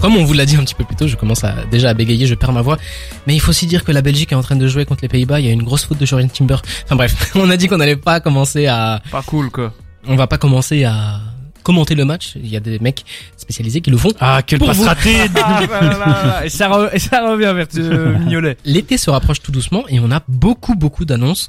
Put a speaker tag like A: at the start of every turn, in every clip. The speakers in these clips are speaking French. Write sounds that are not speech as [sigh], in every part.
A: Comme on vous l'a dit un petit peu plus tôt, je commence à, déjà à bégayer, je perds ma voix. Mais il faut aussi dire que la Belgique est en train de jouer contre les Pays-Bas. Il y a une grosse faute de Jordan Timber. Enfin bref, [laughs] on a dit qu'on n'allait pas commencer à,
B: Pas cool, quoi.
A: on va pas commencer à commenter le match. Il y a des mecs spécialisés qui le font.
C: Ah, quel
A: Pour
C: passe
A: vous.
B: [laughs]
C: raté
B: Ah, là, là, là, là. Et, ça re- et ça revient vers [laughs] euh, Mignolet.
A: L'été se rapproche tout doucement et on a beaucoup beaucoup d'annonces.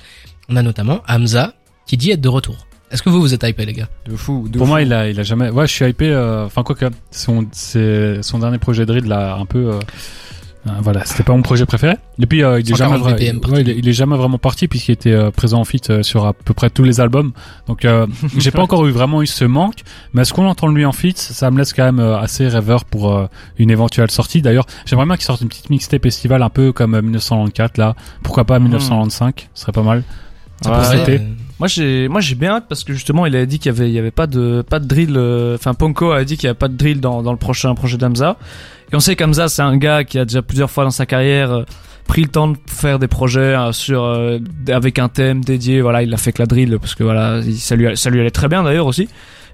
A: On a notamment Hamza qui dit être de retour. Est-ce que vous vous êtes hypé les gars
B: De fou. De
C: Pour
B: fou.
C: moi, il a, il a jamais. Ouais, je suis hypé. euh, Enfin, quoi que, son, c'est son dernier projet de Reed là, un peu. euh, euh, voilà, c'était pas mon projet préféré. Et puis, euh, il est jamais
A: 140
C: vra-
A: BPM parti.
C: ouais, il, est, il est jamais vraiment parti puisqu'il était euh, présent en feat euh, sur à peu près tous les albums. Donc, euh, j'ai pas encore eu vraiment eu ce manque. Mais ce qu'on entend de lui en feat, ça me laisse quand même euh, assez rêveur pour euh, une éventuelle sortie. D'ailleurs, j'aimerais bien qu'il sorte une petite mixtape festival un peu comme euh, 1994 là. Pourquoi pas 1995 Ce serait pas mal.
B: Ouais.
C: pourrait
A: Pourrait,
C: été.
A: euh,
B: Moi j'ai moi j'ai bien hâte parce que justement il a dit qu'il y avait il y avait pas de pas de drill euh, enfin Ponko a dit qu'il y a pas de drill dans dans le prochain projet d'Amza. Et on sait qu'Amza c'est un gars qui a déjà plusieurs fois dans sa carrière euh, pris le temps de faire des projets euh, sur euh, avec un thème dédié voilà, il a fait que la drill parce que voilà, il- ça lui a- ça lui allait très bien d'ailleurs aussi.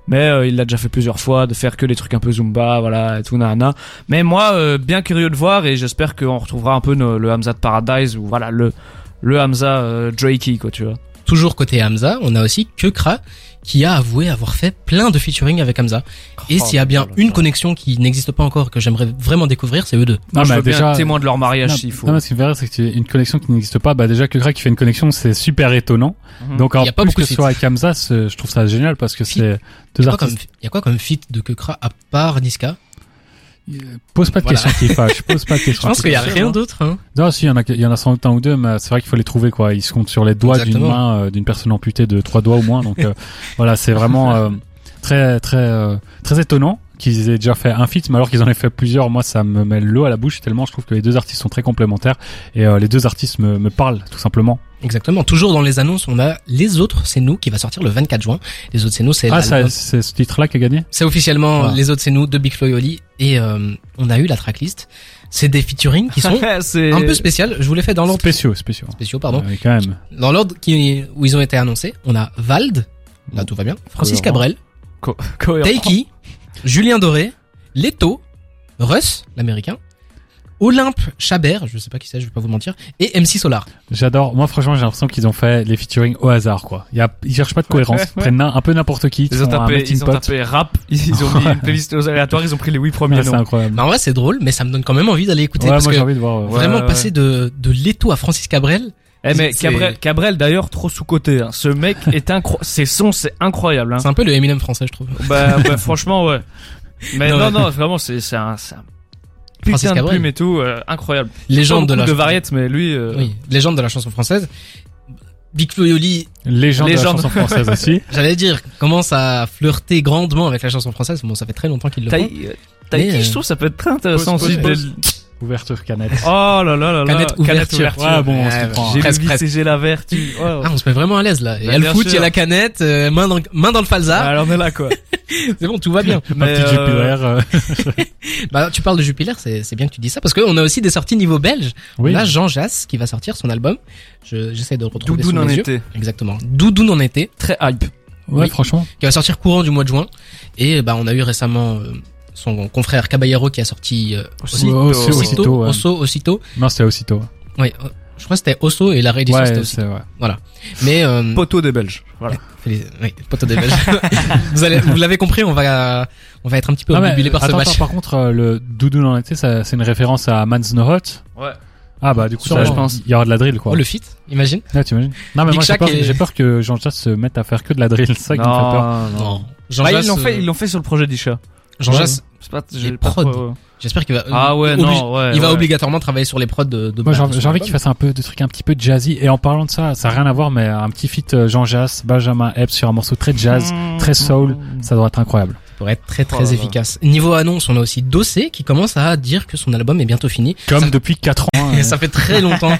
B: Mais euh, il l'a déjà fait plusieurs fois de faire que des trucs un peu zumba, voilà, et tout nana. Mais moi euh, bien curieux de voir et j'espère qu'on retrouvera un peu nos- le Hamza de Paradise ou voilà le le Hamza euh, Drakey quoi, tu vois.
A: Toujours côté Hamza, on a aussi Kekra qui a avoué avoir fait plein de featuring avec Hamza. Et
B: Oh,
A: s'il y a bien
B: oh là
A: une
B: là.
A: connexion qui n'existe pas encore que j'aimerais vraiment découvrir, c'est eux deux.
C: Non,
B: Moi, je
C: mais
B: veux bien
C: déjà-
B: être témoin de leur mariage
C: Non,
B: s'il faut.
C: non, mais ce qui me fait rire, c'est que c'est une connexion qui n'existe pas. Bah, déjà, que Crack qui fait une connexion, c'est super étonnant.
B: Mhm.
C: Donc,
A: Il
C: en
A: y a pas
C: plus
A: beaucoup
C: que
A: de
C: ce soit avec Hamza, c'est- je trouve ça génial parce que
A: Si.
C: c'est
A: Il y
C: deux
A: a quoi comme,
C: artistes.
A: il y a quoi comme feat de Kekra à part Niska
C: Pose euh, pas de
A: Voilà.
C: questions, Tifa. Je pose
A: [laughs]
C: pas de
A: Je
C: questions.
A: pense qu'il y a
B: sûr,
A: rien
B: hein.
A: d'autre. hein.
C: Non, si, il y en a, il y en a sans doute un ou deux, mais c'est vrai qu'il faut les trouver, quoi. Ils se comptent sur les doigts d'une
A: Exactement.
C: main, euh, d'une personne amputée de trois doigts au moins.
A: [laughs]
C: Donc, euh, voilà, c'est vraiment euh, très, très, euh, très étonnant qu'ils aient déjà fait un feat, mais alors qu'ils en aient fait plusieurs, moi, ça me met l'eau à la bouche tellement je trouve que les deux artistes sont très complémentaires et euh, les deux artistes me, me parlent, tout simplement.
A: Exactement. Toujours dans les annonces, on a les autres, c'est nous qui va sortir le 24 juin. Les autres, c'est nous, c'est
C: Ah, ça-
A: l'album-
C: c'est ce titre-là qui a gagné?
A: c'est officiellement
C: Ah.
A: les autres, c'est nous de Big Flo et Oli. Et euh, on a eu la tracklist. C'est des featuring qui [laughs] sont
B: [laughs] c'est
A: un peu spéciales. Je vous les fais dans l'ordre
C: Spéciaux, spéciaux.
A: spéciaux, pardon.
C: Ouais, quand même.
A: Dans l'ordre qui où ils ont été annoncés, on a Vald, là tout va bien, Francis
C: Cohérent.
A: Cabrel,
B: co- cohérent.
A: Taiki, Julien Doré, Leto, Russ, l'américain, Olympe Chabert, je sais pas qui c'est, je vais pas vous mentir, et MC Solar.
C: J'adore. Moi, franchement, j'ai l'impression qu'ils ont fait les featuring au hasard, quoi. Il Y a, ils cherchent pas de cohérence. Ils prennent un, un peu n'importe qui.
B: Ils ont
C: font un
B: tapé,
C: melting
B: ils ont
C: pot.
B: tapé rap, [laughs] ils ils ont
C: [laughs]
B: mis une playlist aux aléatoires, ils ont pris les huit
C: Ouais,
B: premiers
C: Ah, c'est
B: noms.
C: incroyable.
A: Bah en vrai c'est drôle, mais ça me donne quand même envie d'aller écouter
C: ouais,
A: parce
C: moi,
A: que
C: j'ai envie de voir. euh, ouais.
B: Ouais.
A: vraiment passer de, de Leto à Francis Cabrel,
B: Eh mais
A: C'est-
B: Cabrel, Cabrel d'ailleurs trop sous coté. Hein. Ce mec est incroyable. [laughs] Ses sons c'est incroyable. Hein.
A: c'est un peu le Eminem français je trouve.
B: Bah,
C: [laughs]
B: bah, franchement ouais. Mais
A: Non,
B: non
A: ouais.
B: non, vraiment c'est c'est un, c'est un
A: Francis
B: putain de
A: Cabrel.
B: plume et tout euh, incroyable. Pas
A: Légende de
B: beaucoup
A: la
B: de
A: chanson-
B: variette mais lui euh,
A: oui, légende de la chanson française. Big Flo et Oli,
B: Légende.
C: Légende, de la chanson française
B: [laughs]
C: aussi.
A: j'allais dire, commence à flirter grandement avec la chanson française. Bon, ça fait très longtemps qu'il le font.
B: Taï- Taïki,
A: Mais, euh,
B: je trouve ça peut être très intéressant
C: pose,
B: aussi.
C: pose,
B: dès le-
C: Ouverture canette.
B: Oh là là là là.
A: Canette ouverture.
C: Ouais, bon, on se
A: Ouais,
C: comprend.
B: J'ai le
A: Presque,
B: vice
A: presque.
B: et j'ai la vertu. Ouais, ouais.
A: Ah, on se met vraiment à l'aise là. Il y
B: Bah,
A: a le
B: bien
A: foot, il y a
B: sûr.
A: la canette, euh, main, dans, main dans le falzar.
B: Alors on est là
C: [laughs]
B: quoi.
A: C'est bon, tout va bien.
C: Ma
B: Mais,
C: petite
B: euh,
C: Jupiler, euh,
A: bah, tu parles de Jupiler, c'est c'est bien que tu dis ça parce qu'on a aussi des sorties niveau belge.
C: Oui.
A: On a Jean Jass qui va sortir son album. Je- J'essaie de le retrouver.
B: Doudoune
A: sous
B: en
A: mes yeux.
B: été.
A: Exactement. Doudoune en été,
B: Très hype.
A: Mm.
C: Ouais,
A: oui.
C: franchement.
A: qui va sortir courant du mois de juin. Et bah, on a eu récemment euh, son confrère Caballero qui a sorti euh,
C: Aussi- aussi-
A: Aussitôt,
C: aussitôt, ouais.
A: Osso, aussitôt.
C: Non, c'était aussitôt.
A: Ouais, euh, je crois que c'était Osso et la réédition c'était
C: Ouais,
A: aussi.
C: c'est vrai.
A: Mais euh,
B: Poteau des Belges. Voilà.
A: Félix- oui, poteau des Belges. [laughs] vous allez, vous l'avez compris, on va, on va être un petit peu
C: Ah, mais,
A: omnibulé par
C: attends,
A: ce match.
C: attends, par contre, euh, le doudou dans l'été, ça- c'est une référence à Man's No Hot.
B: Ouais.
C: Ah, bah, du coup, ça,
A: Sûrement.
C: je pense. Il y aura de la drill, quoi.
A: Oh, le fit, imagine.
C: Ouais, t'imagines Non, mais
A: Big
C: moi, j'ai
A: Shaq
C: peur,
A: et-
C: j'ai peur que jean jacques se mette à faire que de la drill. C'est ça qui me fait peur.
B: non, non.
A: Jean
B: Bah,
C: Ah,
A: Jass,
B: ils l'ont
A: euh,
B: fait, ils l'ont fait sur le projet d'Isha.
A: Jean Jass,
B: C'est pas,
A: Les
B: j'ai pas
A: prods.
B: trop- euh,
A: j'espère qu'il va. euh,
B: Ah ouais,
A: obli-
B: non, ouais.
A: il va
B: ouais.
A: obligatoirement travailler sur les prods de. de
C: Moi, j'ai
A: de
C: envie-
A: son
C: j'ai envie
A: album.
C: qu'il fasse un peu de trucs un petit peu jazzy. Et en parlant de ça, ça n'a rien à voir, mais un petit feat euh, Jean Jass, Benjamin Epps sur un morceau très jazz,
B: Mm.
C: très soul, ça doit être incroyable.
A: Ça pourrait être très
B: Oh
A: très
B: là là.
A: efficace. Niveau annonce, on a aussi Dossé qui commence à dire que son album est bientôt fini.
C: Comme depuis 4 [laughs] ans.
A: Et
C: euh,
A: ça fait très
B: [laughs]
A: longtemps.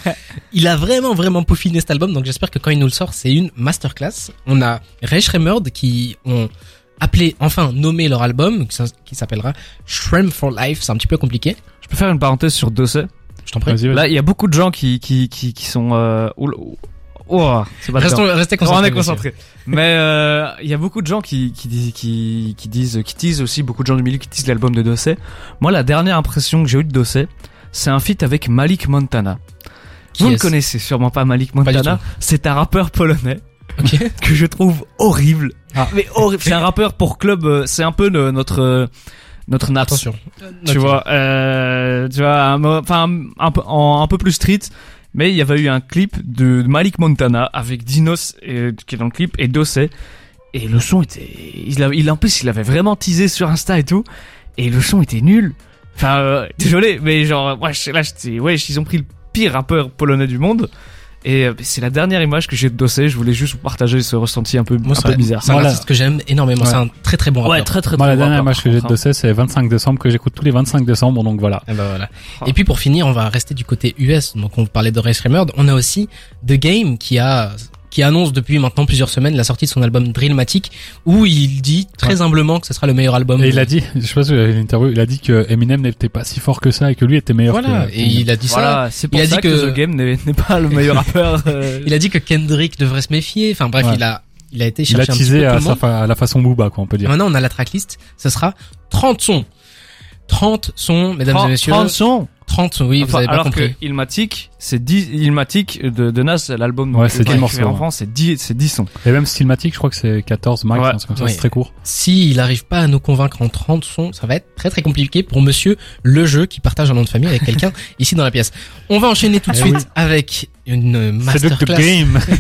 A: Il a vraiment vraiment peaufiné cet album, donc j'espère que quand il nous le sort, c'est une masterclass. On a Ray Shremmerd qui ont appelé, enfin nommé leur album, qui s'in- qui s'appellera Shrem for Life. C'est un petit peu compliqué.
B: Je peux faire une parenthèse sur Dossé.
A: Je t'en prie.
C: Vas-y, vas-y.
B: Là, il y a beaucoup de gens qui, qui, qui, qui sont, euh, oula, Ouah, c'est pas
A: Restons, restez
B: on
A: concentrés.
B: est concentré. Mais euh, il y a beaucoup de gens qui qui disent qui, qui disent qui disent aussi beaucoup de gens du milieu qui disent l'album de Dossé. Moi, la dernière impression que j'ai eue de Dossé, c'est un feat avec Malik Montana.
A: Qui
B: Vous ne
A: est-ce
B: connaissez sûrement pas Malik
A: du
B: Montana. C'est un rappeur polonais
A: Ok.
B: [laughs] que je trouve horrible.
A: Ah.
B: Mais horrible. C'est un rappeur pour club. euh, C'est un peu le- notre euh, notre nappe.
A: Attention.
C: Bah,
B: Tu vois, euh, tu vois, un mo- enfin un, peu en- un peu plus street. Mais il y avait eu un clip de Malik Montana avec Dinos euh, qui est dans le clip et Dossé. Et le son était, il, a- il en plus il avait vraiment teasé sur Insta et tout. Et le son était nul. Enfin, euh, désolé, mais genre, wesh, là, j'étais- wesh, ils ont pris le pire rappeur polonais du monde. Et euh, c'est la dernière image que j'ai de Dossé. Je voulais juste vous partager ce ressenti un peu,
A: Moi,
B: un
A: c'est
B: peu
A: un-
B: bizarre.
A: C'est un
C: Voilà.
A: artiste que j'aime énormément.
C: Ouais.
A: C'est un très très bon rappeur.
B: Ouais, très très
C: Moi, la
B: bon
C: dernière
B: rapport,
C: image que
B: par
C: j'ai de
B: contre, hein.
C: Dossé, c'est 25 décembre, que j'écoute tous les 25 décembre, donc voilà.
A: Ah bah voilà.
B: Ah.
A: Et puis pour finir, on va rester du côté US. Donc on parlait de Race Remered. On a aussi The Game qui a qui annonce depuis maintenant plusieurs semaines la sortie de son album Drillmatic où il dit très humblement que ce sera le meilleur album.
C: Et il a dit, je sais pas si vous avez vu l'interview, il a dit que Eminem n'était pas si fort que ça et que lui était meilleur
A: voilà.
C: que
A: Et il a dit ça.
B: Voilà, c'est pour
A: il a
B: ça
A: dit
B: que...
A: que-
B: The Game n'est n'est pas le
A: [laughs]
B: meilleur rappeur. euh,
A: Il a dit que Kendrick devrait se méfier. Enfin bref,
C: Ouais.
A: il a il a été
C: Il
A: chercher
C: a
A: un petit
C: teasé
A: peu tout
C: à,
A: le
C: sa
A: monde.
C: fa- à la façon Booba, quoi, on peut
A: Et
C: dire.
A: maintenant on a la tracklist. Ce sera 30 sons. 30 sons, mesdames et messieurs.
B: 30 sons
A: 30 sons, oui, vous
B: Enfin,
A: avez pas
B: Alors que
A: compris.
B: Ilmatic, c'est 10 Ilmatic de, de Nas, l'album
C: Ouais,
B: que-
C: c'est
B: que
C: 10
B: j'ai
C: morceaux,
B: fait en
C: ouais.
A: hein.
B: France, c'est 10, c'est 10 sons.
C: Et même Stylmatic, je crois que c'est 14 max,
B: Ouais.
C: un truc comme ça,
A: Ouais.
C: c'est très court.
A: S'il n'arrive pas à nous convaincre en 30 sons, ça va être très très compliqué pour monsieur le jeu qui partage un nom de famille avec
C: [laughs]
A: quelqu'un ici dans la pièce. On va enchaîner tout de
C: Eh
A: suite
C: oui.
A: avec une
C: C'est donc The
A: masterclass.
C: Game.
A: [laughs]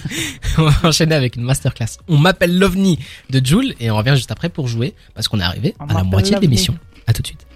A: On va enchaîner avec une masterclass. On m'appelle l'OVNI de Jules et on revient juste après pour jouer parce qu'on est arrivé à la moitié de l'émission. À tout de suite.